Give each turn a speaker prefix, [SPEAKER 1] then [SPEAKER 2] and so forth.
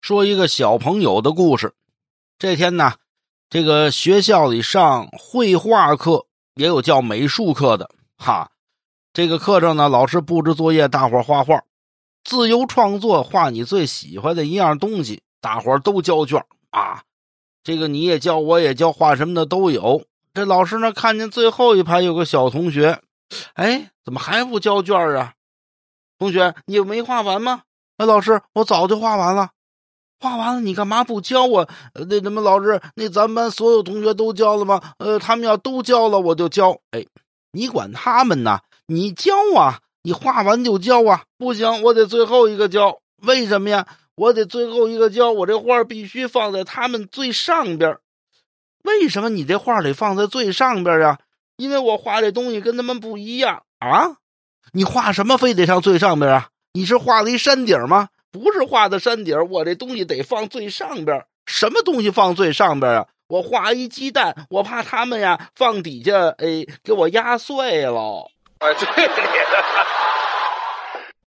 [SPEAKER 1] 说一个小朋友的故事。这天呢，这个学校里上绘画课，也有叫美术课的，哈。这个课上呢，老师布置作业，大伙画画，自由创作，画你最喜欢的一样东西，大伙都交卷啊。这个你也教，我也教，画什么的都有。这老师呢，看见最后一排有个小同学，哎，怎么还不交卷啊？同学，你没画完吗？哎，老师，我早就画完了，画完了，你干嘛不教我？呃那什么，老师，那咱们班所有同学都交了吗？呃，他们要都交了，我就交。哎，你管他们呢？你交啊，你画完就交啊！不行，我得最后一个交。为什么呀？我得最后一个交，我这画必须放在他们最上边。为什么你这画得放在最上边啊？因为我画这东西跟他们不一样啊！你画什么非得上最上边啊？你是画了一山顶吗？不是画的山顶，我这东西得放最上边。什么东西放最上边啊？我画一鸡蛋，我怕他们呀放底下，哎，给我压碎了。
[SPEAKER 2] 啊，对你的。